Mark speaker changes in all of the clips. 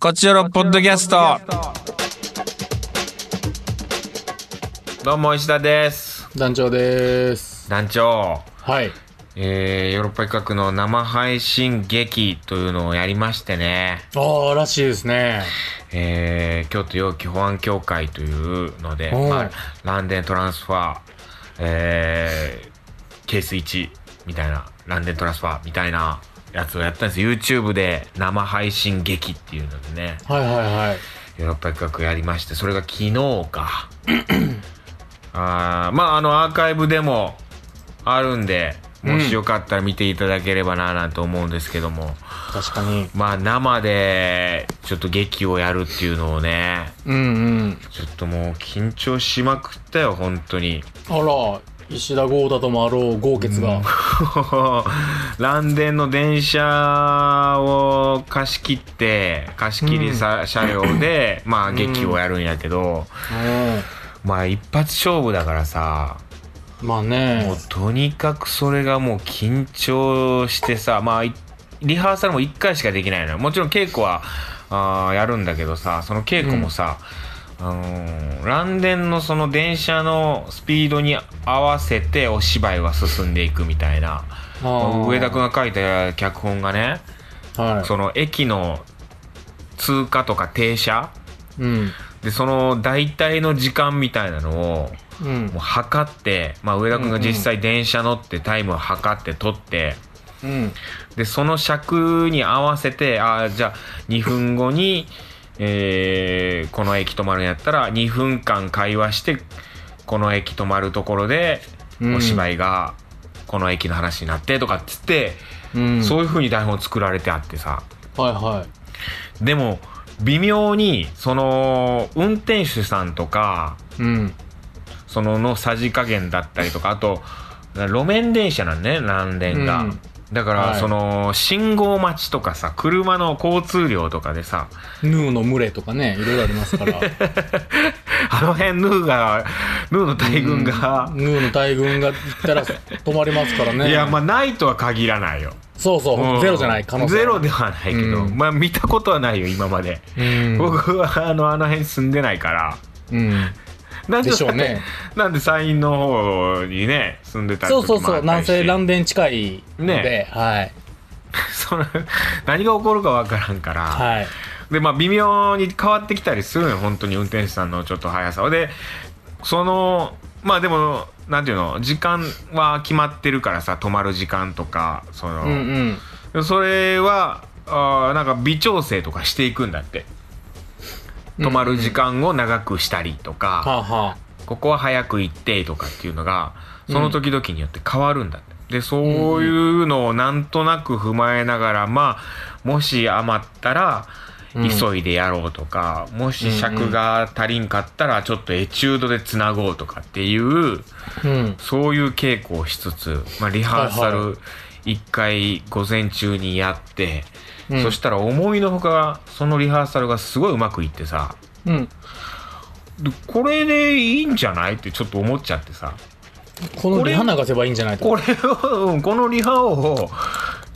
Speaker 1: こちらのポッドキャスト。どうも石田です。
Speaker 2: 団長です。
Speaker 1: 団長、
Speaker 2: はい。
Speaker 1: えー、ヨーロッパ企画の生配信劇というのをやりましてね、
Speaker 2: ああ、らしいですね。
Speaker 1: えー、京都陽気保安協会というので、
Speaker 2: おう
Speaker 1: まあ、ランデントランスファー、えー、ケース1みたいな、ランデントランスファーみたいなやつをやったんです。YouTube で生配信劇っていうのでね。
Speaker 2: はいはいはい。
Speaker 1: ヨーロッパ企画やりましてそれが昨日か あーまああのアーカイブでもあるんでもしよかったら見ていただければななんて思うんですけども、
Speaker 2: 確かに。
Speaker 1: まあ生でちょっと劇をやるっていうのをね
Speaker 2: うんうん。
Speaker 1: ちょっともう緊張しまくったよ本当に
Speaker 2: あら、石田豪太ともあろう豪傑が。
Speaker 1: ランデンの電車を貸し切って貸し切りさ、車両でまあ劇をやるんやけど、まあ一発勝負だからさ
Speaker 2: うん。まあ
Speaker 1: も
Speaker 2: ね
Speaker 1: う。とにかくそれがもう緊張してさまあいリハーサルも1回しかできないのよもちろん稽古はあーやるんだけどさその稽古もさ、あのーランデンのその電車のスピードに合わせてお芝居は進んでいくみたいな
Speaker 2: あー
Speaker 1: 上田君が書いた脚本がね
Speaker 2: は
Speaker 1: その駅の通過とか停車
Speaker 2: い。うん。
Speaker 1: でその大体の時間みたいなのを
Speaker 2: うん
Speaker 1: もう。測って、まあ、上田君が実際電車乗ってタイムを測って取って
Speaker 2: うん。
Speaker 1: でその尺に合わせてああじゃあ2分後に、えーこの駅止まるんやったら2分間会話してこの駅止まるところで
Speaker 2: うん
Speaker 1: お芝居がこの駅の話になってとかっつって、
Speaker 2: うん。
Speaker 1: そういう風に台本作られてあってさ
Speaker 2: はいは
Speaker 1: でも微妙にその運転手さんとか
Speaker 2: い。うん。
Speaker 1: そののさじ加減だったりとかあと路面電車なんね南電が、
Speaker 2: うん
Speaker 1: だから、
Speaker 2: はい
Speaker 1: その信号待ちとかさ車の交通量とかでさ
Speaker 2: ヌーの群れとかね、いろいろありますから。
Speaker 1: あの辺ヌーがヌーの 大群が
Speaker 2: うん、ヌーの大群が行ったら止まりますからね。
Speaker 1: いやまあないとは限らないよ、
Speaker 2: そうそうう、
Speaker 1: ん
Speaker 2: ゼロじゃない可能性。
Speaker 1: ゼロ。ではないけど、
Speaker 2: うん
Speaker 1: まあ見たことはないよ今まで、
Speaker 2: うん。
Speaker 1: 僕はあのあの辺住んでないから
Speaker 2: うん。
Speaker 1: なん
Speaker 2: でしょうね
Speaker 1: なんで山陰の方にね住んでたり
Speaker 2: そうそうそう、南西
Speaker 1: ン
Speaker 2: 蘭電近いので、
Speaker 1: ね
Speaker 2: はい。
Speaker 1: その何が起こるかわからんから、
Speaker 2: はい。
Speaker 1: でまあ微妙に変わってきたりするのよ本当に運転手さんのちょっと速さはでそのまあでもなんていうの時間は決まってるからさ止まる時間とかその、
Speaker 2: うんうん。
Speaker 1: それはあーなんか微調整とかしていくんだって止まる時間を長くしたりとか、
Speaker 2: はあ、は
Speaker 1: ここは早く行ってとかっていうのがその時々によって変わるんだって。でそういうのをなんとなく踏まえながらまあもし余ったら
Speaker 2: うん
Speaker 1: 急いでやろうとか、もし
Speaker 2: うんう
Speaker 1: 尺
Speaker 2: ん
Speaker 1: が足りんかったらちょっとエチュードでつなごうとかっていう
Speaker 2: あ、うん。
Speaker 1: そういう稽古をしつつ、まあ、リハーサ
Speaker 2: はい
Speaker 1: ル1回午前中にやって、
Speaker 2: うん
Speaker 1: そしたら思いのほかそのリハーサルがすごいうまくいってさ
Speaker 2: うん。
Speaker 1: でこれでいいんじゃないってちょっと思っちゃってさ。
Speaker 2: このリハ流せばいいんじゃないと。
Speaker 1: これを、うんこのリハを、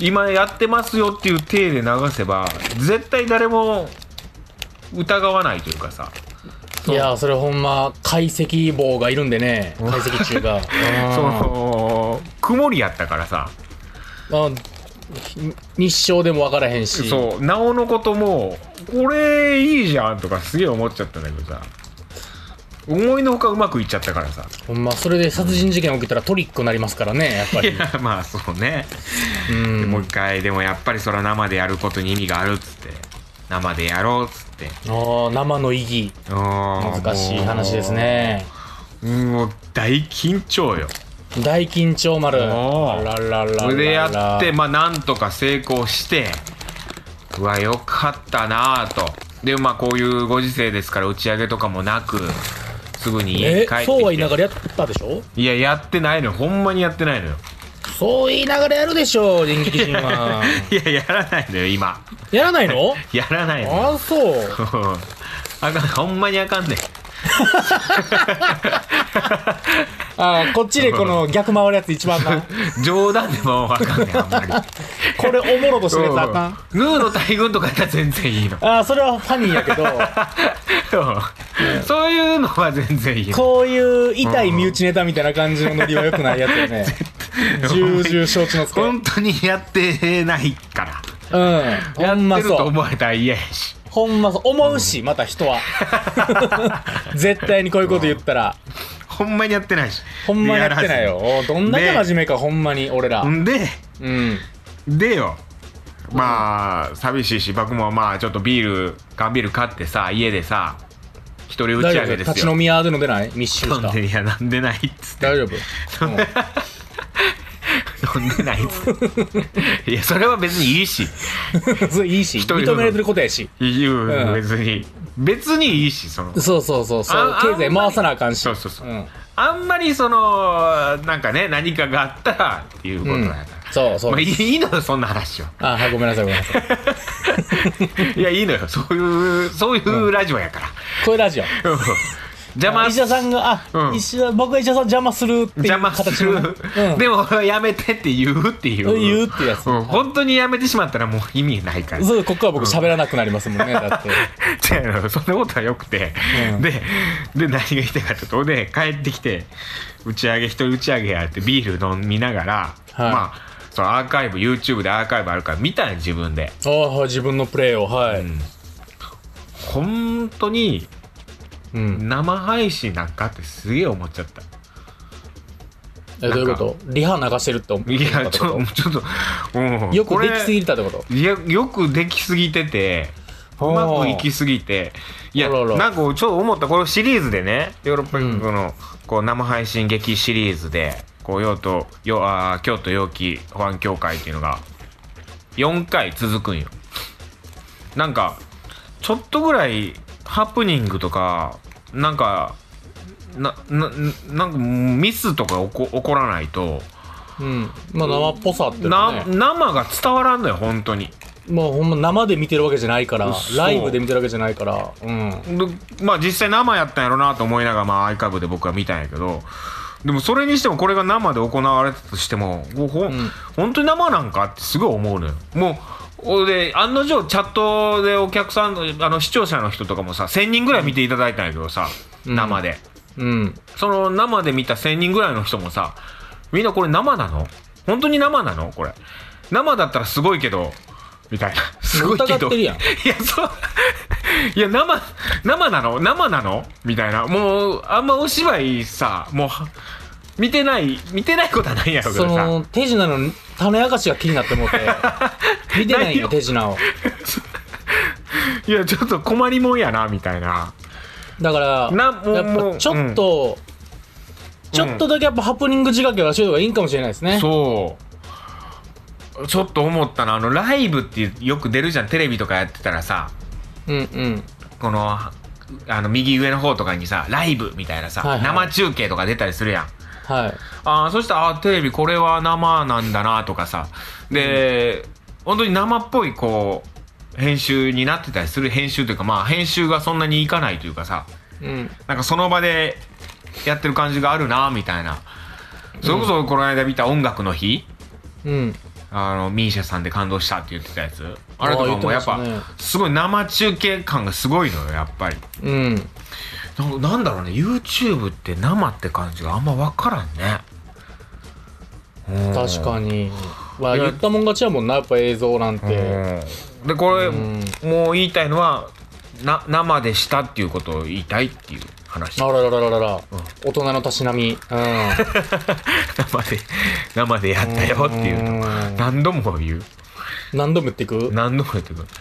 Speaker 1: 今やってますよっていう体で流せば、絶対誰も疑わないというかさ、
Speaker 2: いやー、それほんま、解析棒がいるんでね、解析中が。
Speaker 1: その、曇りやったからさ、
Speaker 2: うんあ日照でも分からへんし、
Speaker 1: そう、なおのことも、これいいじゃんとかすげえ思っちゃったんだけどさ、思いのほかうまくいっちゃったからさ、
Speaker 2: ほんま、それで殺人事件起きたらトリックになりますからね、やっぱ
Speaker 1: い
Speaker 2: り。
Speaker 1: や、まあそうね、
Speaker 2: うん。
Speaker 1: もう一回、でもやっぱりそれは生でやることに意味があるっつって、生でやろうっつって、
Speaker 2: ああ、生の意義、
Speaker 1: 難
Speaker 2: 難しい話です。ね。
Speaker 1: もう大緊張よ
Speaker 2: 大緊張丸。
Speaker 1: おー
Speaker 2: あららららら。
Speaker 1: それでやってまあなんとか成功してうわよかったなあとでまあこういうご時世ですから打ち上げとかもなくすぐに家に
Speaker 2: え
Speaker 1: 帰ってきて
Speaker 2: そうは言いながらやったでしょ
Speaker 1: いややってないのよほんまにやってないのよ
Speaker 2: そう言いながらやるでしょ人気人 は
Speaker 1: いややらないのよ今
Speaker 2: やらないの
Speaker 1: やらないのよ
Speaker 2: あそう
Speaker 1: あかんほんまにあかんねん
Speaker 2: あーこっちでこの逆回るやつ一番あかん
Speaker 1: 冗談でもわかんねんあんまり
Speaker 2: これおもろとしてるやつあかん
Speaker 1: うんヌーの大群とかやったら全然いいの
Speaker 2: あーそれはファニーやけど
Speaker 1: うんそういうのは全然いいの
Speaker 2: こういう痛い身内ネタみたいな感じのノリは良くないやつよ ね重々承知のつけうん
Speaker 1: 本当にやってないから
Speaker 2: ほ
Speaker 1: や
Speaker 2: ん
Speaker 1: っ
Speaker 2: ま
Speaker 1: てると
Speaker 2: そう
Speaker 1: 思われたら嫌やし
Speaker 2: ほんまそう思うしまた人 は絶対にこういうこと言ったら
Speaker 1: ほんまにやってないし
Speaker 2: ほんまにやってないよおどんだけ
Speaker 1: ね
Speaker 2: 真面目かほんまに俺ら
Speaker 1: んで
Speaker 2: うん
Speaker 1: でよまあ寂しいし僕もまあちょっとビール缶ビール買ってさ家でさ一人打ち
Speaker 2: 大丈
Speaker 1: 上げ
Speaker 2: 夫
Speaker 1: で
Speaker 2: 立
Speaker 1: す
Speaker 2: ち
Speaker 1: よ
Speaker 2: 飲み屋での出ない密集し
Speaker 1: 飲
Speaker 2: た
Speaker 1: んでいや飲んでないっつって
Speaker 2: 大丈夫、うん
Speaker 1: 飲んでないっつっていやそれは別にいいし
Speaker 2: それいいし
Speaker 1: 人
Speaker 2: 認められてることやし
Speaker 1: 言
Speaker 2: う
Speaker 1: うん別に別にいいしその
Speaker 2: そうそうそうそう
Speaker 1: あ
Speaker 2: 経済回さなあかんし
Speaker 1: そうそうそう
Speaker 2: うん
Speaker 1: あんまりそのなんかね何かがあったらっていうことだから、
Speaker 2: そうそう
Speaker 1: まあ、いいのよそんな話は
Speaker 2: あはいごめんなさいごめんなさい
Speaker 1: いやいいのよそういうそういうラジオやから、
Speaker 2: こういうラジオ
Speaker 1: うん邪魔
Speaker 2: 石田さんがあ、
Speaker 1: うん
Speaker 2: 石田僕が石田さん邪魔するってい
Speaker 1: 邪
Speaker 2: う
Speaker 1: 魔す
Speaker 2: 形の
Speaker 1: る、
Speaker 2: ね、うん、
Speaker 1: でも俺はやめてって言うっていう
Speaker 2: 言うってやつ
Speaker 1: ん本当にやめてしまったらもう意味ないから
Speaker 2: そうここは僕喋らなくなりますもんねだって
Speaker 1: 違うのそんなことはよくて、
Speaker 2: うん
Speaker 1: でで何が言いたかったとで帰ってきて打ち上げ一人打ち上げやってビール飲みながら、
Speaker 2: はい
Speaker 1: まあそのアーカイブ YouTube でアーカイブあるから見たんよ自分で、
Speaker 2: ああ自分のプレーをはい、
Speaker 1: うん本当に
Speaker 2: うん
Speaker 1: 生配信なんかってすげえ思っちゃった
Speaker 2: えどういうことリハ流してるって思
Speaker 1: い
Speaker 2: った
Speaker 1: や
Speaker 2: って
Speaker 1: ちょ
Speaker 2: こ
Speaker 1: ちょっと、うん
Speaker 2: とよく
Speaker 1: これ
Speaker 2: できすぎたってこと
Speaker 1: いやよくできすぎててう
Speaker 2: ほう
Speaker 1: まくいきすぎていや
Speaker 2: あらら
Speaker 1: なんかちょっと思ったこのシリーズでねヨーロッパ局のこう生配信劇シリーズでこう用途よあー京都陽気保安協会っていうのが4回続くんよなんかちょっとぐらいハプニングとかなんかなななんかミスとか起こ起こらないと、
Speaker 2: うんまあ生っぽさっていうか
Speaker 1: な
Speaker 2: ね
Speaker 1: 生が伝わらんのよ本当に。
Speaker 2: まあほんま生で見てるわけじゃないから
Speaker 1: そう
Speaker 2: ライブで見てるわけじゃないからうん
Speaker 1: でまあ実際生やったんやろなと思いながら、まあ、アイカブで僕は見たんやけどでもそれにしてもこれが生で行われたとしてももうほ、
Speaker 2: ん
Speaker 1: 本当に生なんかってすごい思うのよもうで案の定チャットでお客さんのあの視聴者の人とかもさ1000人ぐらい見ていただいたんやけどさ、
Speaker 2: うん
Speaker 1: 生で
Speaker 2: うん
Speaker 1: その生で見た1000人ぐらいの人もさみんなこれ生なの本当に生なのこれ生だったらすごいけどみたいなすごいけ
Speaker 2: 疑
Speaker 1: ど
Speaker 2: ってるやん
Speaker 1: いや、そう。いや、生、生なの生なのみたいな。もう、あんまお芝居さ、もうは、見てない、見てないことはないやろうけ
Speaker 2: そ
Speaker 1: どさ。
Speaker 2: の手品の種明かしが気になって 思って見てない
Speaker 1: 内
Speaker 2: よ
Speaker 1: 容
Speaker 2: 手品を
Speaker 1: いや、ちょっと困りもんやな、みたいな。
Speaker 2: だから
Speaker 1: なもう
Speaker 2: やっ
Speaker 1: も
Speaker 2: ぱ
Speaker 1: う
Speaker 2: ちょっと、ちょっとだけやっぱハプニング仕掛けはしといた方がいいんかもしれないですね
Speaker 1: そう。ちょっと思ったな、あの、ライブってよく出るじゃん、テレビとかやってたらさ、
Speaker 2: うんうん
Speaker 1: この、あの、右上の方とかにさ、ライブみたいなさ、
Speaker 2: はいは
Speaker 1: 生
Speaker 2: い
Speaker 1: 中継とか出たりするやん。
Speaker 2: はい
Speaker 1: ああそしたらあーテレビこれは生なんだなとかさで、本当に生っぽいこう編集になってたりする編集というかまあ編集がそんなにいかないというかさ
Speaker 2: うん
Speaker 1: なんかその場でやってる感じがあるなみたいなそれこそこの間見た「音楽の日」
Speaker 2: うん
Speaker 1: あのミーシャさんで感動したって言ってたやつあれとか
Speaker 2: あー言って
Speaker 1: も
Speaker 2: ま
Speaker 1: やっ
Speaker 2: した
Speaker 1: ぱ
Speaker 2: ね
Speaker 1: すごい生中継感がすごいのよやっぱり
Speaker 2: うん
Speaker 1: なんなんだろうね YouTube って生って感じがあんま分からんねうん
Speaker 2: 確かに、まあ、言ったもん勝ちやもんなやっぱ映像なんて
Speaker 1: でこれ、
Speaker 2: ん
Speaker 1: もう言いたいのはな生でしたっていうことを言いたいっていう話
Speaker 2: あらららららら、大人のたしなみうん
Speaker 1: 生で生でやったよっていうの
Speaker 2: うん
Speaker 1: 何度も言う
Speaker 2: 何度も言ってく
Speaker 1: 何度も言ってくるだか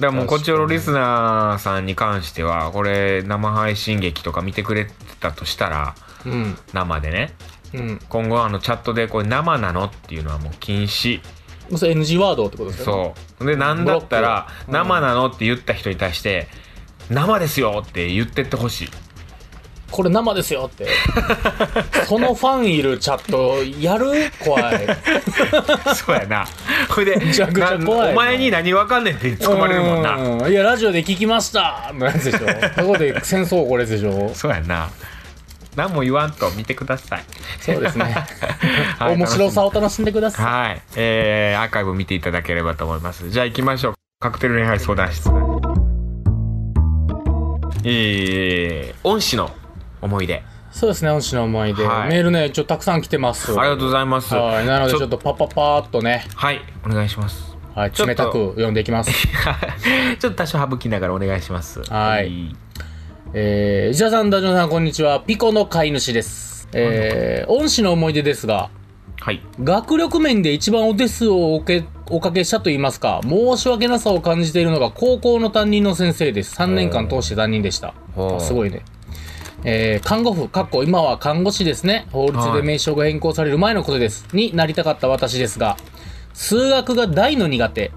Speaker 1: らもうこっちのリスナーさんに関してはこれ生配信劇とか見てくれてたとしたら
Speaker 2: うん
Speaker 1: 生でね
Speaker 2: うん
Speaker 1: 今後あのチャットでこれ生なのっていうのはもう禁止
Speaker 2: それ NG ワードってことですよね
Speaker 1: そうでなんだったら
Speaker 2: ブロック
Speaker 1: 生なのって言った人に対して生ですよって言ってってほ しい
Speaker 2: これ生ですよってそのファンいるチャットやる怖い
Speaker 1: そうやな。これで、
Speaker 2: めちゃくちゃ怖いな
Speaker 1: なお前に何わかんねんって突っ込まれるもんな。
Speaker 2: うんい やラジオで聞きましたのやつでしょそこで戦争起こるやつでしょ
Speaker 1: そうやな。何も言わんと見てくださ い。。
Speaker 2: そうですね
Speaker 1: はい
Speaker 2: 面白さを楽しんでください。
Speaker 1: はい。えー、アーカイブ見ていただければと思います。じゃあ行きましょう。カクテル恋愛相談室。えー、恩師の思い出。
Speaker 2: そうですね、恩師の思い出。
Speaker 1: はい
Speaker 2: メールね、ちょっとたくさん来てます。
Speaker 1: ありがとうございます。
Speaker 2: はい、なので
Speaker 1: ちょ
Speaker 2: ちょっとパパパーっとね、
Speaker 1: はい、お願いします。
Speaker 2: はい、
Speaker 1: ちょっと
Speaker 2: 冷たく読んでいきます。
Speaker 1: ちょっと多少省きながらお願いします。
Speaker 2: はい。えー、石田さん、ダジョンさん、こんにちは。ピコの飼い主です。えー、恩師の思い出ですが、
Speaker 1: はい。
Speaker 2: 学力面で一番お手数をおけおかけしたと言いますか、申し訳なさを感じているのが高校の担任の先生です。3年間通して担任でした。
Speaker 1: ほう
Speaker 2: あすごいね。えー看護婦、かっこ今は看護師ですね。法律で名称が変更される前のことです。になりたかった私ですが、数学が大の苦手。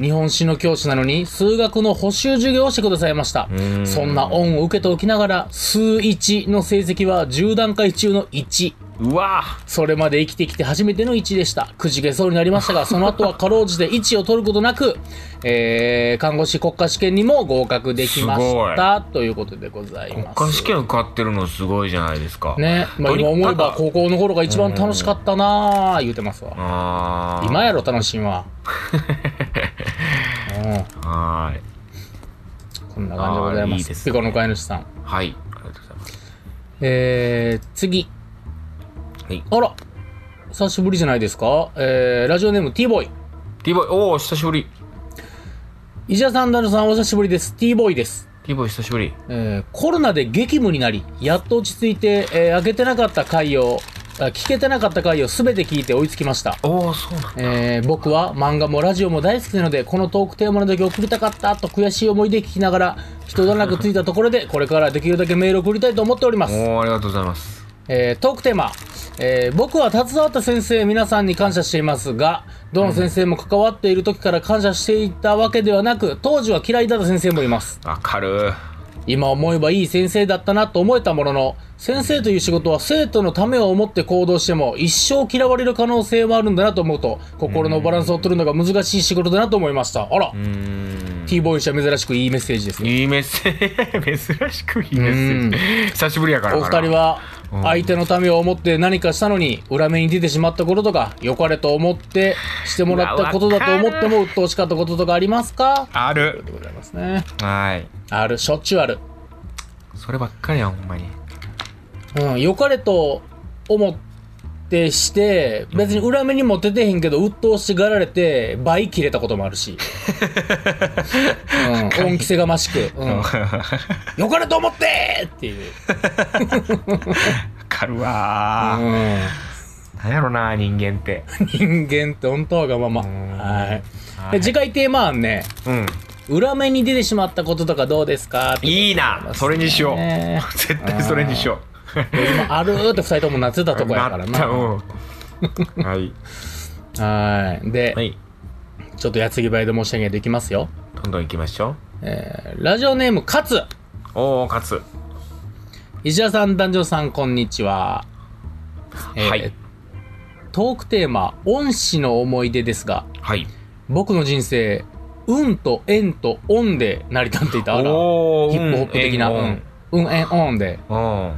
Speaker 2: 日本史の教師なのに数学の補習授業をしてくださいました
Speaker 1: ーん
Speaker 2: そんな恩を受けておきながら数1の成績は10段階中の1
Speaker 1: うわ
Speaker 2: それまで生きてきて初めての1でした。くじけそうになりましたが、その後はかろうじて1を取ることなく、えー、看護師国家試験にも合格できました。ということでござい
Speaker 1: 国
Speaker 2: ます。
Speaker 1: 家試験受かってるのすごいじゃないですか。。
Speaker 2: ね。まあ
Speaker 1: とに
Speaker 2: 今思えば
Speaker 1: かく
Speaker 2: 高校の頃が一番楽しかったなぁ、言うてますわ。
Speaker 1: あー
Speaker 2: 今やろ、楽しいんは。う
Speaker 1: はーい。
Speaker 2: ん、こんな感じでございま
Speaker 1: あーいい
Speaker 2: す。
Speaker 1: ですね
Speaker 2: ピコの飼い主さん。
Speaker 1: はい。ありがとうございます。
Speaker 2: えー、次。
Speaker 1: はい。
Speaker 2: あら、久しぶりじゃないですか。えー、ラジオネーム T ボーイ。
Speaker 1: T ボーイ、おお久しぶり。
Speaker 2: 石田さん、ダルさん、お久しぶりです。T ボーイです。
Speaker 1: T ボーイ、久しぶり。
Speaker 2: えーコロナで激務になり、やっと落ち着いて、えー開けてなかった回を、あ聞けてなかった回を全て聞いて追いつきました。
Speaker 1: おおそうなんだ。
Speaker 2: えー僕は漫画もラジオも大好きなので、このトークテーマの時送りたかったと悔しい思い出聞きながら、人だらくついたところで、これからできるだけメールを送りたいと思っております。
Speaker 1: おおありがとうございます。
Speaker 2: えートークテーマ、えー僕は携わった先生皆さんに感謝していますがどの先生も関わっている時から感謝していたわけではなく当時は嫌いだった先生もいます
Speaker 1: わかる。
Speaker 2: 今思えばいい先生だったなと思えたものの先生という仕事は生徒のためを思って行動しても一生嫌われる可能性はあるんだなと思うと心のバランスを取るのが難しい仕事だなと思いましたあら、
Speaker 1: うーん。
Speaker 2: T ボーイ氏は珍しくいいメッセージですね
Speaker 1: いいメッセージ。 珍しくいいメッセージ。久しぶりやから
Speaker 2: お
Speaker 1: かな
Speaker 2: 二人は相手のためを思って何かしたのに裏目に出てしまったこととか良かれと思ってしてもらったことだと思っても鬱陶しかったこととかありますか
Speaker 1: ある。
Speaker 2: でございますね
Speaker 1: はい。
Speaker 2: あるしょっちゅうある
Speaker 1: そればっかりやん、ほんまに。
Speaker 2: うん良かれと思ってして別に裏目にも出てへんけど鬱陶しがられて倍切れたこともあるし、 うん、恩着せがましく、うん、良かれと思ってっていう、
Speaker 1: わかる
Speaker 2: う
Speaker 1: わー。
Speaker 2: ん、
Speaker 1: なんやろな、人間って。
Speaker 2: 人間って本当はがままはい
Speaker 1: は
Speaker 2: で
Speaker 1: い
Speaker 2: 次回テーマ案ね
Speaker 1: うん。
Speaker 2: 裏目に出てしまったこととかどうですかって
Speaker 1: いいな。それにしよう。
Speaker 2: ね
Speaker 1: 絶対それにしよ
Speaker 2: 今あるーって二人ともなってた
Speaker 1: う。
Speaker 2: とこやから
Speaker 1: った
Speaker 2: な
Speaker 1: うん。はい。
Speaker 2: はいで、
Speaker 1: はい。
Speaker 2: ちょっと矢継ぎ早で申し上げていきますよ
Speaker 1: どんどん行きましょ
Speaker 2: ラジオネームカツ
Speaker 1: う。おお勝つ。
Speaker 2: 石田さん男女さんこんにちは、えー
Speaker 1: はい。
Speaker 2: トークテーマ「恩師の思い出」ですが
Speaker 1: はい。
Speaker 2: 僕の人生運と縁と恩で成り立っていたあら
Speaker 1: おー
Speaker 2: ヒップホップ的な
Speaker 1: うん
Speaker 2: うん運縁恩で
Speaker 1: うん。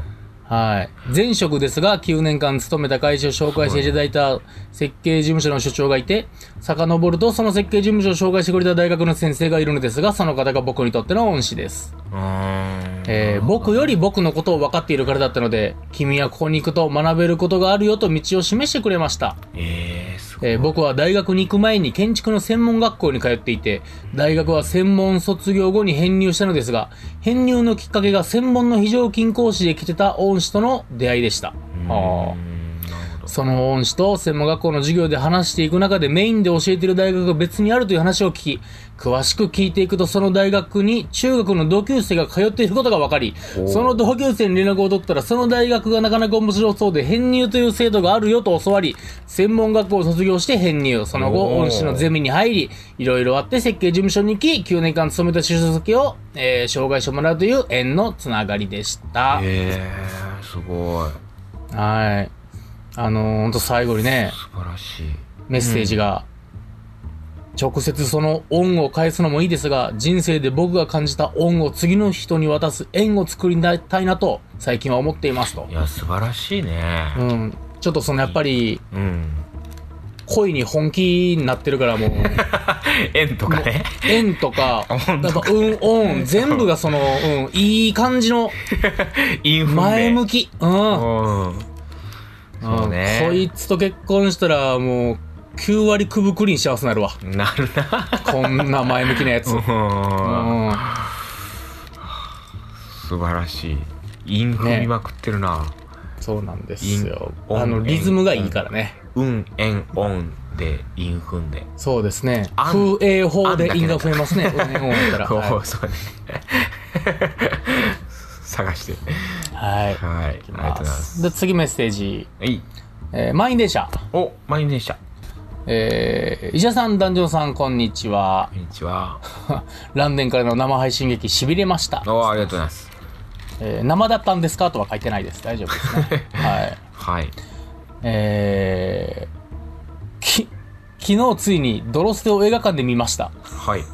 Speaker 2: はい、前職ですが9年間勤めた会社を紹介していただいた設計事務所の所長がいて遡るとその設計事務所を紹介してくれた大学の先生がいるのですがその方が僕にとっての恩師です、
Speaker 1: うーん。
Speaker 2: えー僕より僕のことを分かっているからだったので君はここに行くと学べることがあるよと道を示してくれました
Speaker 1: えー、すごい。
Speaker 2: えー僕は大学に行く前に建築の専門学校に通っていて、大学は専門卒業後に編入したのですが、編入のきっかけが専門の非常勤講師で来てた恩師との出会いでした。
Speaker 1: うーん
Speaker 2: あ
Speaker 1: なるほど。
Speaker 2: その恩師と専門学校の授業で話していく中でメインで教えている大学が別にあるという話を聞き、詳しく聞いていくとその大学に中学の同級生が通っていることが分かり
Speaker 1: おー、
Speaker 2: その同級生に連絡を取ったらその大学がなかなか面白そうで編入という制度があるよと教わり、専門学校を卒業して編入、その後
Speaker 1: おー
Speaker 2: 恩師のゼミに入り、いろいろあって設計事務所に行き、9年間勤めた就職先を、えー紹介してもらうという縁のつながりでした。
Speaker 1: えー、すごい。
Speaker 2: はい。あのー、ほんと最後にね、
Speaker 1: 素晴らしい。
Speaker 2: メッセージが、直接その恩を返すのもいいですが、人生で僕が感じた恩を次の人に渡す縁を作りたいなと、最近は思っていますと
Speaker 1: い。や素晴らしいね
Speaker 2: うん。ちょっとそのやっぱり、
Speaker 1: うん、
Speaker 2: 恋に本気になってるからもう、
Speaker 1: 縁とかね
Speaker 2: 縁とか、
Speaker 1: あ
Speaker 2: や
Speaker 1: 本当
Speaker 2: っぱ運、恩、全部がその、うん、いい感じの
Speaker 1: インフ
Speaker 2: 前向き。う
Speaker 1: う
Speaker 2: ん。
Speaker 1: んそうね
Speaker 2: んこいつと結婚したらもう9割くぶくりに幸せになるわ
Speaker 1: なるな
Speaker 2: こんな前向きなやつ、うん、あ
Speaker 1: 素晴らしいインフみまくってるな、
Speaker 2: そうなんですよ
Speaker 1: いい
Speaker 2: あのリズムがいいからね、
Speaker 1: うんえんおんでインフンで
Speaker 2: そうですね
Speaker 1: あん
Speaker 2: 風営法で因が増えますね運営法やっ たら
Speaker 1: そう
Speaker 2: はい、
Speaker 1: そうね探して
Speaker 2: はい
Speaker 1: はいありがとうございます
Speaker 2: で次メッセージ、
Speaker 1: はい
Speaker 2: えー、満員電車、
Speaker 1: お満員電車
Speaker 2: えー、医者さん男女さんこんにちは
Speaker 1: こんにちは
Speaker 2: ランデンからの生配信劇しびれました、
Speaker 1: おありがとうございます
Speaker 2: えー生だったんですかとは書いてないです大丈夫です ねはい
Speaker 1: はい
Speaker 2: えーき、昨日ついにドロステを映画館で見ました。
Speaker 1: はい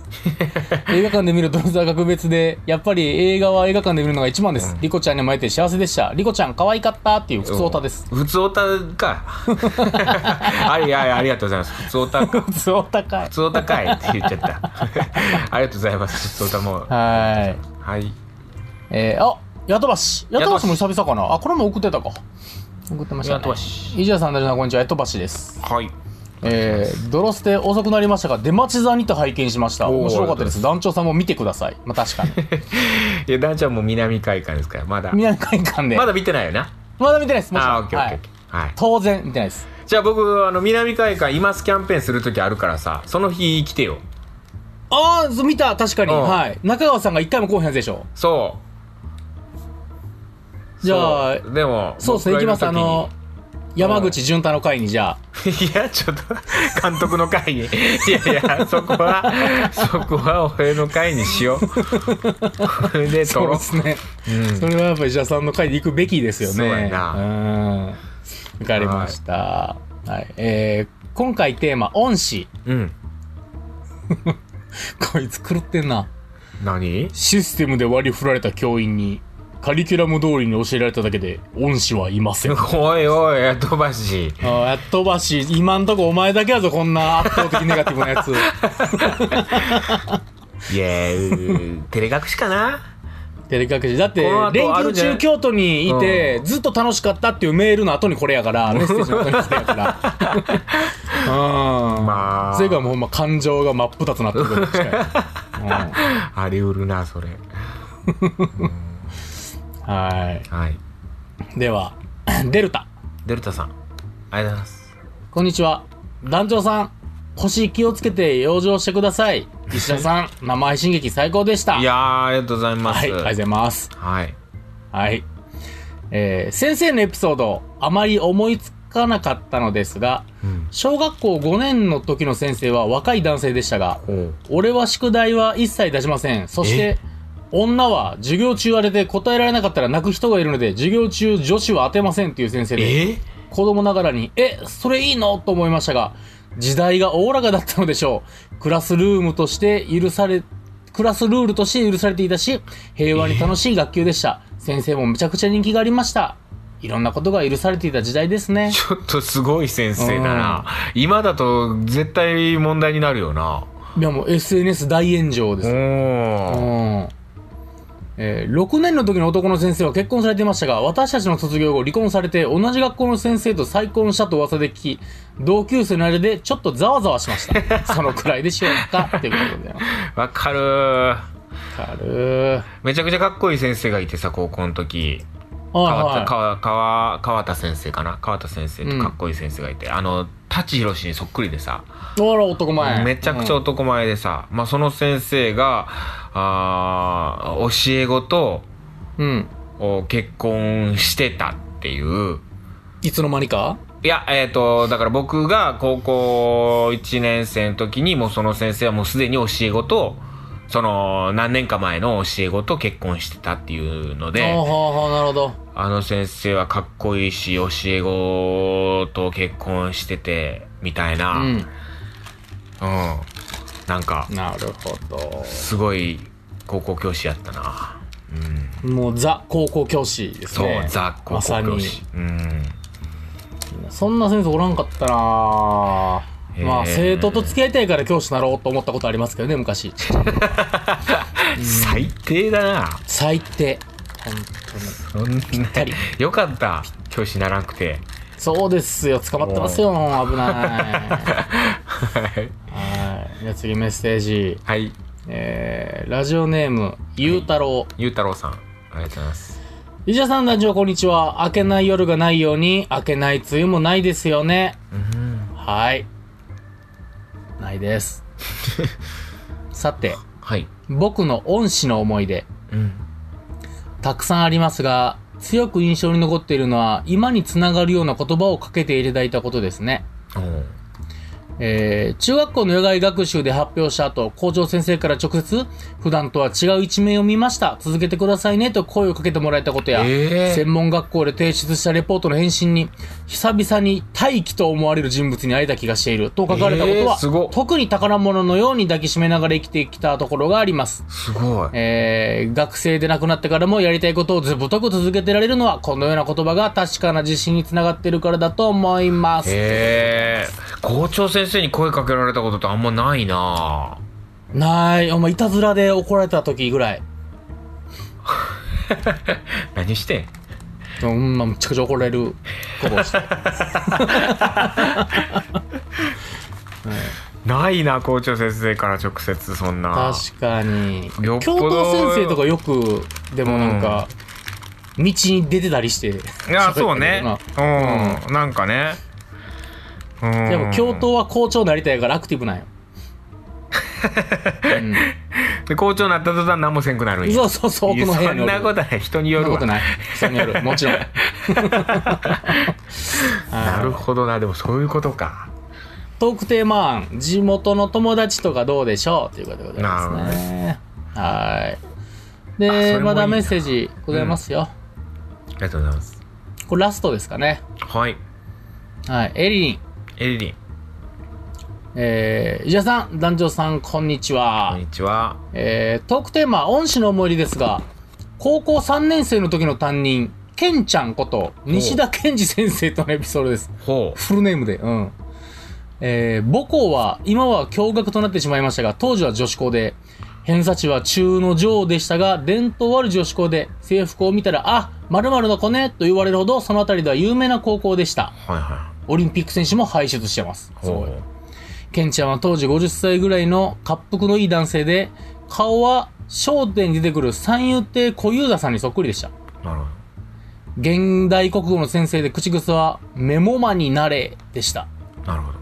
Speaker 2: 映画館で見るドロステは格別で、やっぱり映画は映画館で見るのが一番です。リコちゃんにも会えて幸せでした。リコちゃん可愛かったっていう普通オタです。
Speaker 1: 普通オタ かありありありがとうございます普通オタか
Speaker 2: 普通オタかい
Speaker 1: 普。通オタかいって言っちゃった ありがとうございます普通オタも
Speaker 2: は
Speaker 1: はい
Speaker 2: い。えー、あ、ヤトバシ。ヤトバシも久々かな。あ、これも送ってたか。送ってましたね。
Speaker 1: ヤトバシ
Speaker 2: イジャさん、大事なこんにちは。ヤトバシです。
Speaker 1: はい
Speaker 2: えー、ドロステ遅くなりましたが、出町座にて拝見しました。
Speaker 1: おー
Speaker 2: 面白かったで
Speaker 1: あ
Speaker 2: す。団長さんも見てください。まあ確 かに。
Speaker 1: いやダンちゃんも南海岸ですからまだ
Speaker 2: 南海岸で。
Speaker 1: まだ見てないよな
Speaker 2: まだ見てないです。もちろん。
Speaker 1: あーオッケーオッケーオッ
Speaker 2: はい
Speaker 1: ケーはい
Speaker 2: 当然見てないです。
Speaker 1: じゃあ僕あの南海岸今すキャンペーンする時あるからさその日来てよ
Speaker 2: ああ、そう見た、確かに。
Speaker 1: うん
Speaker 2: はい。中川さんが一回も来おへんやつでしょ。
Speaker 1: そう
Speaker 2: じゃあ
Speaker 1: そうでも
Speaker 2: そうですね、行
Speaker 1: 僕が
Speaker 2: きま
Speaker 1: る
Speaker 2: す。あの、山口淳太の会にじゃあ。
Speaker 1: 時に いやちょっと監督の会にいやいやそこ はそこは俺の会にしようこれで撮ろう
Speaker 2: そうですね。 それはやっぱり石田さんの会に行くべきですよね。
Speaker 1: そうやな
Speaker 2: うん。わかりました。はい。えー、今回テーマ、恩師。
Speaker 1: うん
Speaker 2: こいつ狂ってんな。
Speaker 1: 何
Speaker 2: システムで割り振られた教員に、カリキュラム通りに教えられただけで、恩師はいませ ん。
Speaker 1: おいおい、飛ばし。
Speaker 2: あーやっとばし、今んとこお前だけやぞ、こんな圧倒的ネガティブなやつ。
Speaker 1: いや、うーテレ隠しかな
Speaker 2: 照れ隠しだって
Speaker 1: この後
Speaker 2: 連
Speaker 1: あ
Speaker 2: 休
Speaker 1: るじゃん
Speaker 2: 中京都にいて、ずっと楽しかったっていうメールの後にこれやからメッセージの後にこれやから うん
Speaker 1: まあ
Speaker 2: それからもうほんま感情が真っ二つなってくる 確かに、
Speaker 1: ありうるな、それ。
Speaker 2: うん、は
Speaker 1: はい。
Speaker 2: いでは デルタ
Speaker 1: デルタさん、ありがとうございます。
Speaker 2: こんにちは団長さん腰気をつけて養生してください石田さん生配信劇最高でした
Speaker 1: いやー、ありがとうございま
Speaker 2: は
Speaker 1: す。
Speaker 2: いありがとうございます
Speaker 1: はい。
Speaker 2: はい。えー先生のエピソード、あまり思いつかなかったのですが、
Speaker 1: うん
Speaker 2: 小学校5年の時の先生は若い男性でしたが、
Speaker 1: おう
Speaker 2: 俺は宿題は一切出しません。そし
Speaker 1: え、
Speaker 2: て女は授業中あれで答えられなかったら泣く人がいるので、授業中女子は当てませんっていう先生で、
Speaker 1: え
Speaker 2: 子供ながらに、え、それいいのと思いましたが、時代がおおらかだったのでしょう。クラスルームとして許され、クラスルールとして許されていたし、平和に楽しい学級でした。先生もめちゃくちゃ人気がありました。いろんなことが許されていた時代ですね。
Speaker 1: ちょっとすごい先生だな。今だと絶対問題になるよな。
Speaker 2: いやもう SNS 大炎上です
Speaker 1: お。
Speaker 2: う
Speaker 1: ー。
Speaker 2: ん。えー6年の時の男の先生は結婚されていましたが、私たちの卒業後離婚されて、同じ学校の先生と再婚したと噂で聞き、同級生の間でちょっとざわざわしました。 そのくらいでしょうかっていうことでございます。
Speaker 1: わかるー。
Speaker 2: わかる
Speaker 1: めちゃくちゃかっこいい先生がいてさ、高校の時。川田
Speaker 2: はいは
Speaker 1: 川川川田先生かな川田先生ってかっこいい先生がいて、あの舘ひろしにそっくりでさ
Speaker 2: い。あら、男前。
Speaker 1: めちゃくちゃ
Speaker 2: うん
Speaker 1: 男前でさ、まあ、その先生があー教え子と
Speaker 2: うん。
Speaker 1: お結婚してたっていう
Speaker 2: いつの間にか
Speaker 1: いやえっ、とだから僕が高校1年生の時にもうその先生はもうすでに教え子とその何年か前の教え子と結婚してたっていうの
Speaker 2: あ
Speaker 1: で
Speaker 2: あ、はあ、なるほど。
Speaker 1: あの先生はかっこいいし、教え子と結婚してて、みたいな。う
Speaker 2: う
Speaker 1: ん。
Speaker 2: ん。
Speaker 1: なんか
Speaker 2: なるほ
Speaker 1: すごい高校教師やったなうん
Speaker 2: ど。もうザ高校教師です
Speaker 1: そう、
Speaker 2: ね。
Speaker 1: ザ高
Speaker 2: まさ
Speaker 1: 校
Speaker 2: に
Speaker 1: 教師、うん
Speaker 2: そんな先生おらんかったな
Speaker 1: へー
Speaker 2: まあ生徒と付き合いたいから教師になろうと思ったことありますけど ね昔
Speaker 1: 最低だな
Speaker 2: 最低本当に
Speaker 1: そんな
Speaker 2: たり
Speaker 1: よかった教師ならなく て
Speaker 2: そうですよ捕まってますよ危ない
Speaker 1: はい
Speaker 2: はいじゃあ次メッセージ
Speaker 1: はい
Speaker 2: えー、ラジオネームゆうたろう
Speaker 1: ゆうたろうさんありがとうございます
Speaker 2: 伊者さん団長こんにちは明けない夜がないように明けない梅雨もないですよね
Speaker 1: うん
Speaker 2: はいないです さて
Speaker 1: はい
Speaker 2: 僕の恩師の思い出
Speaker 1: うん
Speaker 2: たくさんありますが、強く印象に残っているのは、今につながるような言葉をかけていただいたことですね。
Speaker 1: おう
Speaker 2: えー、中学校の野外学習で発表した後、校長先生から直接、普段とは違う一面を見ました。続けてくださいね、と声をかけてもらえたことや、
Speaker 1: えー
Speaker 2: 専門学校で提出したレポートの返信に、久々に大輝と思われる人物に会えた気がしている、と書かれたこと
Speaker 1: えー
Speaker 2: は、
Speaker 1: すごっ
Speaker 2: 特に宝物のように抱きしめながら生きてきたところがあります。
Speaker 1: すごい
Speaker 2: えー学生でなくなってからもやりたいことをずぶとく続けてられるのは、このような言葉が確かな自信につながってるからだと思います。
Speaker 1: へえ校長先生に声かけられたことってあんまないな
Speaker 2: ない、お前、いたずらで怒られた時ぐらい。
Speaker 1: 何してん
Speaker 2: うん、まあ、むちゃくちゃ怒られることをして。
Speaker 1: ないな校長先生から直接そんな
Speaker 2: 確かに。
Speaker 1: よ
Speaker 2: 教
Speaker 1: っぽど
Speaker 2: 頭先生とかよく、でもなんか、道に出てたりして。
Speaker 1: いやそうね
Speaker 2: 喋っ
Speaker 1: うん、なんかねうん
Speaker 2: てるよなでも、教頭は校長になりたいからアクティブなんよ。
Speaker 1: で校長になった途端何もせんくなるんや
Speaker 2: そうそうそう、奥の部屋
Speaker 1: そ
Speaker 2: に
Speaker 1: ん
Speaker 2: おる
Speaker 1: なことない人に
Speaker 2: そ
Speaker 1: よ
Speaker 2: ん
Speaker 1: る
Speaker 2: なこ
Speaker 1: わ
Speaker 2: と
Speaker 1: な
Speaker 2: ない。人による。もちろん。
Speaker 1: るほどなでもそういうことか
Speaker 2: トークテーマ案、地元の友達とかどうでしょうということでございますね。はー
Speaker 1: あそれ
Speaker 2: い。で
Speaker 1: もいい
Speaker 2: まだメッセージございますよ。
Speaker 1: ありがとうございます
Speaker 2: これラストですかね。
Speaker 1: はい
Speaker 2: はい。エリリン、
Speaker 1: エリリン
Speaker 2: えー、伊者さん、団長さん、こんにち
Speaker 1: こ
Speaker 2: は
Speaker 1: ん。にちは
Speaker 2: えー、トークテーマ、恩師の思い出ですが、高校3年生の時の担任、ケンちゃんこと、西田健二先生とのエピソードです。
Speaker 1: ほ
Speaker 2: フルネームで、うん。えー母校は、今は共学となってしまいましたが、当時は女子校で、偏差値は中の上でしたが、伝統ある女子校で、制服を見たら、あ、〇〇の子ね、と言われるほど、そのあたりでは有名な高校でした。
Speaker 1: うはいは
Speaker 2: オリンピック選手も輩出してます。
Speaker 1: い
Speaker 2: すごい。
Speaker 1: ほ
Speaker 2: ケンちゃんは当時50歳ぐらいの滑腹のいい男性で、顔は商店に出てくる三遊亭小遊三さんにそっくりでした。
Speaker 1: うなるほど
Speaker 2: 現代国語の先生で口癖は、メモマになれ、でした。
Speaker 1: なるほど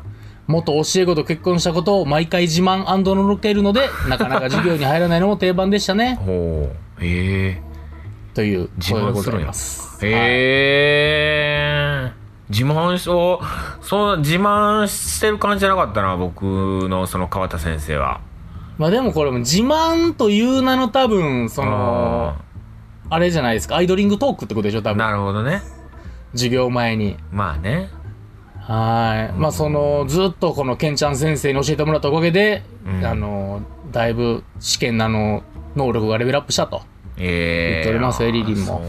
Speaker 2: 元教え子と結婚したことを毎回自慢のろけるので、なかなか授業に入らないのも定番でしたね。
Speaker 1: ほうへえ
Speaker 2: という
Speaker 1: 自
Speaker 2: 声でご
Speaker 1: 慢す
Speaker 2: ざ
Speaker 1: るん
Speaker 2: い
Speaker 1: や
Speaker 2: ます。はい
Speaker 1: へえ自慢しをそう自慢してる感じじゃなかったな僕のその川田先生は
Speaker 2: まあでもこれも自慢という名の多分、その、あれじゃないですか、アイドリングトークってことでしょ、多
Speaker 1: うん
Speaker 2: 分。
Speaker 1: なるほどね
Speaker 2: 授業前に。
Speaker 1: まあね
Speaker 2: はい。まあその、ずっとこのケンちゃん先生に教えてもらったおかげで、
Speaker 1: うん
Speaker 2: あの、だいぶ試験なの、能力がレベルアップしたと。
Speaker 1: ええ
Speaker 2: 言っておりますエリリンも
Speaker 1: そう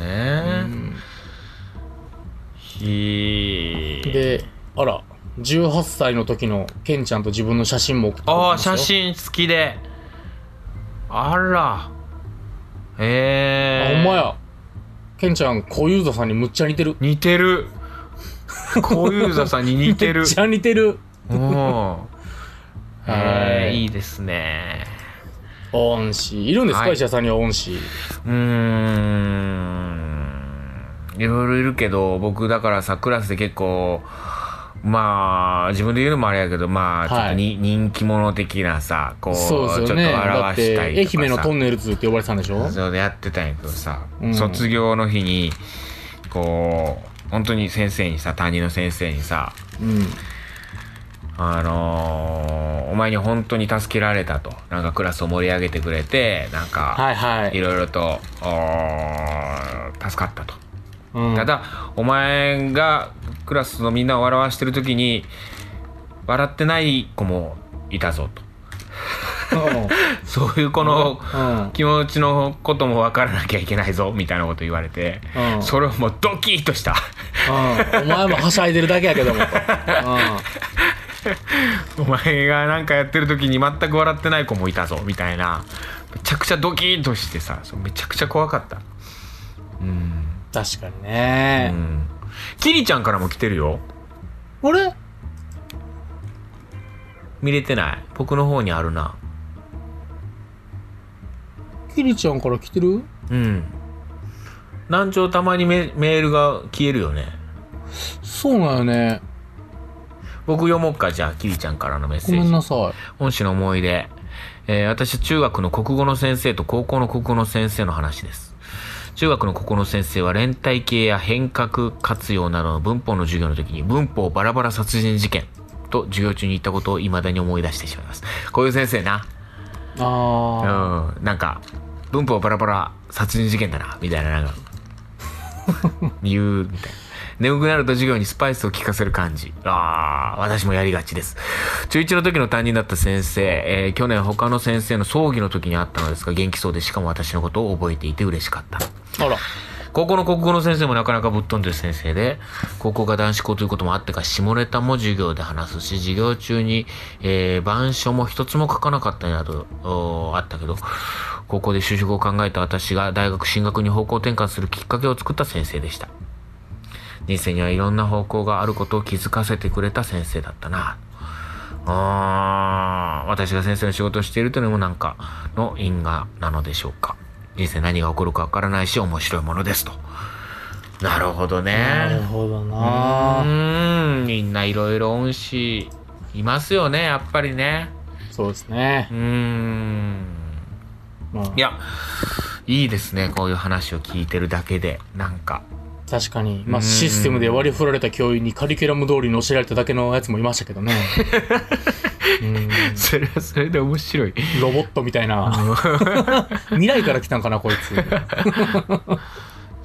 Speaker 1: なんだね、ひー
Speaker 2: で、あら、18歳の時のケンちゃんと自分の写真も送ってくれて
Speaker 1: ああ
Speaker 2: ますよ
Speaker 1: 写真付きであら
Speaker 2: あ
Speaker 1: ええ
Speaker 2: ほんまや。ケンちゃん、小遊三さんにむっちゃ似てる。
Speaker 1: 似てる小遊三さんに似てる
Speaker 2: めっちゃ似てる。
Speaker 1: うん。
Speaker 2: は
Speaker 1: え
Speaker 2: い
Speaker 1: ー、いいですね。
Speaker 2: 恩師。いるんですか、
Speaker 1: はい
Speaker 2: 医者さんには恩師。
Speaker 1: うーん。いろいろいるけど、僕だからさ、クラスで結構、まあ、自分で言うのもあれやけど、まあ、ちょっ
Speaker 2: は
Speaker 1: と
Speaker 2: い
Speaker 1: に、人気者的なさ、こう、
Speaker 2: そうです
Speaker 1: ちょっと
Speaker 2: よね。
Speaker 1: 表
Speaker 2: だって、
Speaker 1: したり
Speaker 2: 愛
Speaker 1: とかさ。
Speaker 2: 媛のトンネルズって呼ばれてたんでしょ
Speaker 1: そうやってたんやけどさ、
Speaker 2: うん
Speaker 1: 卒業の日に、こう、本当に先生にさ、担任の先生にさ、
Speaker 2: うん。
Speaker 1: あのーお前に本当に助けられたと。なんかクラスを盛り上げてくれて、なんか、
Speaker 2: はいはいい。
Speaker 1: ろいろと、おー助かったと。
Speaker 2: うん
Speaker 1: ただ、お前がクラスのみんなを笑わしてる時に、笑ってない子もいたぞと。
Speaker 2: う
Speaker 1: そういうこの
Speaker 2: ん。うん。
Speaker 1: 気持ちのことも分からなきゃいけないぞみたいなこと言われて、
Speaker 2: うん
Speaker 1: それをもうドキッとした。
Speaker 2: うんお前もはしゃいでるだけやけどもと。
Speaker 1: お前がなんかやってる時に全く笑ってない子もいたぞみたいなめちゃくちゃドキッとしてさそうめちゃくちゃ怖かったうん
Speaker 2: うん。確かに
Speaker 1: う
Speaker 2: ね。
Speaker 1: んキリちゃんからも来てるよ
Speaker 2: あれ
Speaker 1: 見れてない僕の方にあるな
Speaker 2: キリちゃんから来てる
Speaker 1: うん難聴たまにメメールが消えるよね
Speaker 2: そうなんよね。
Speaker 1: 僕読もうかじゃあキリちゃんからのメッ
Speaker 2: ご
Speaker 1: セー
Speaker 2: め
Speaker 1: ジ
Speaker 2: んなさい。
Speaker 1: 本誌の思い出、えー私は中学の国語の先生と高校の国語の先生の話です中学の国語の先生は連帯系や変革活用などの文法の授業の時に文法バラバラ殺人事件と授業中に言ったことを未だに思い出してしまいますこういう先生なう
Speaker 2: あ
Speaker 1: んなんか文法バラバラ殺人事件だなみたいななん か言うみたいな眠くなると授業にスパイスを効かせる感じああ私もやりがちです中1の時の担任だった先生、えー去年他の先生の葬儀の時に会ったのですが元気そうでしかも私のことを覚えていて嬉しかった
Speaker 2: あ。あら。
Speaker 1: 高校の国語の先生もなかなかぶっ飛んでる先生で高校が男子校ということもあってか下ネタも授業で話すし授業中に、えー、板書も一つも書かなかったなどおーあったけど高校で就職を考えた私が大学進学に方向転換するきっかけを作った先生でした人生にはいろんな方向があることを気づかせてくれた先生だったなあー私が先生の仕事をしているというのもなんかの因果なのでしょうか人生何が起こるかわからないし面白いものですとなるほど
Speaker 2: なる
Speaker 1: ね
Speaker 2: ほど
Speaker 1: う
Speaker 2: な。
Speaker 1: ーんみんないろいろ恩師いますよねやっぱりね
Speaker 2: そうですね
Speaker 1: う。ーん
Speaker 2: まあ
Speaker 1: いやいいですねこういう話を聞いてるだけでなんか
Speaker 2: 確かに、
Speaker 1: う
Speaker 2: まあ、
Speaker 1: ん
Speaker 2: システムで割り振られた教員にカリキュラム通りに教えられただけのやつもいました けどね。うん
Speaker 1: それはそれで面白い
Speaker 2: ロボットみた いな。未来から来たんかな、こい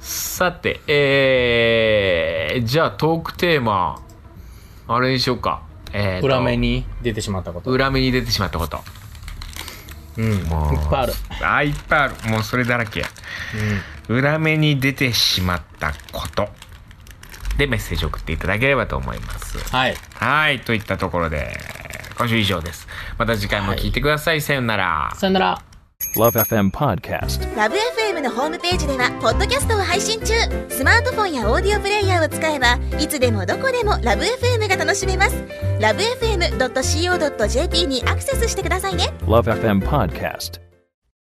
Speaker 2: つ。
Speaker 1: さて、えー、じゃあトークテーマ、あれにしようか。えーと
Speaker 2: 裏目。に出てしまったこと。
Speaker 1: 裏目に出てしまったこと。
Speaker 2: うん。いっ
Speaker 1: もう
Speaker 2: ぱいある。
Speaker 1: あ、いっぱいある。もうそれだらけや。裏目に出てしまったこと。で、メッセージ送っていただければと思います。
Speaker 2: はい。
Speaker 1: はい、といったところで、今週以上です。また次回も聞いてください。さよなら。
Speaker 2: さよなら。
Speaker 3: Love FM Podcast.
Speaker 4: ラブ f m のホームページではポッドキャストを配信中スマートフォンやオーディオプレイヤーを使えばいつでもどこでもラブ f m が楽しめますラブ FM.co.jp にアクセスしてくださいね
Speaker 3: Love FM Podcast.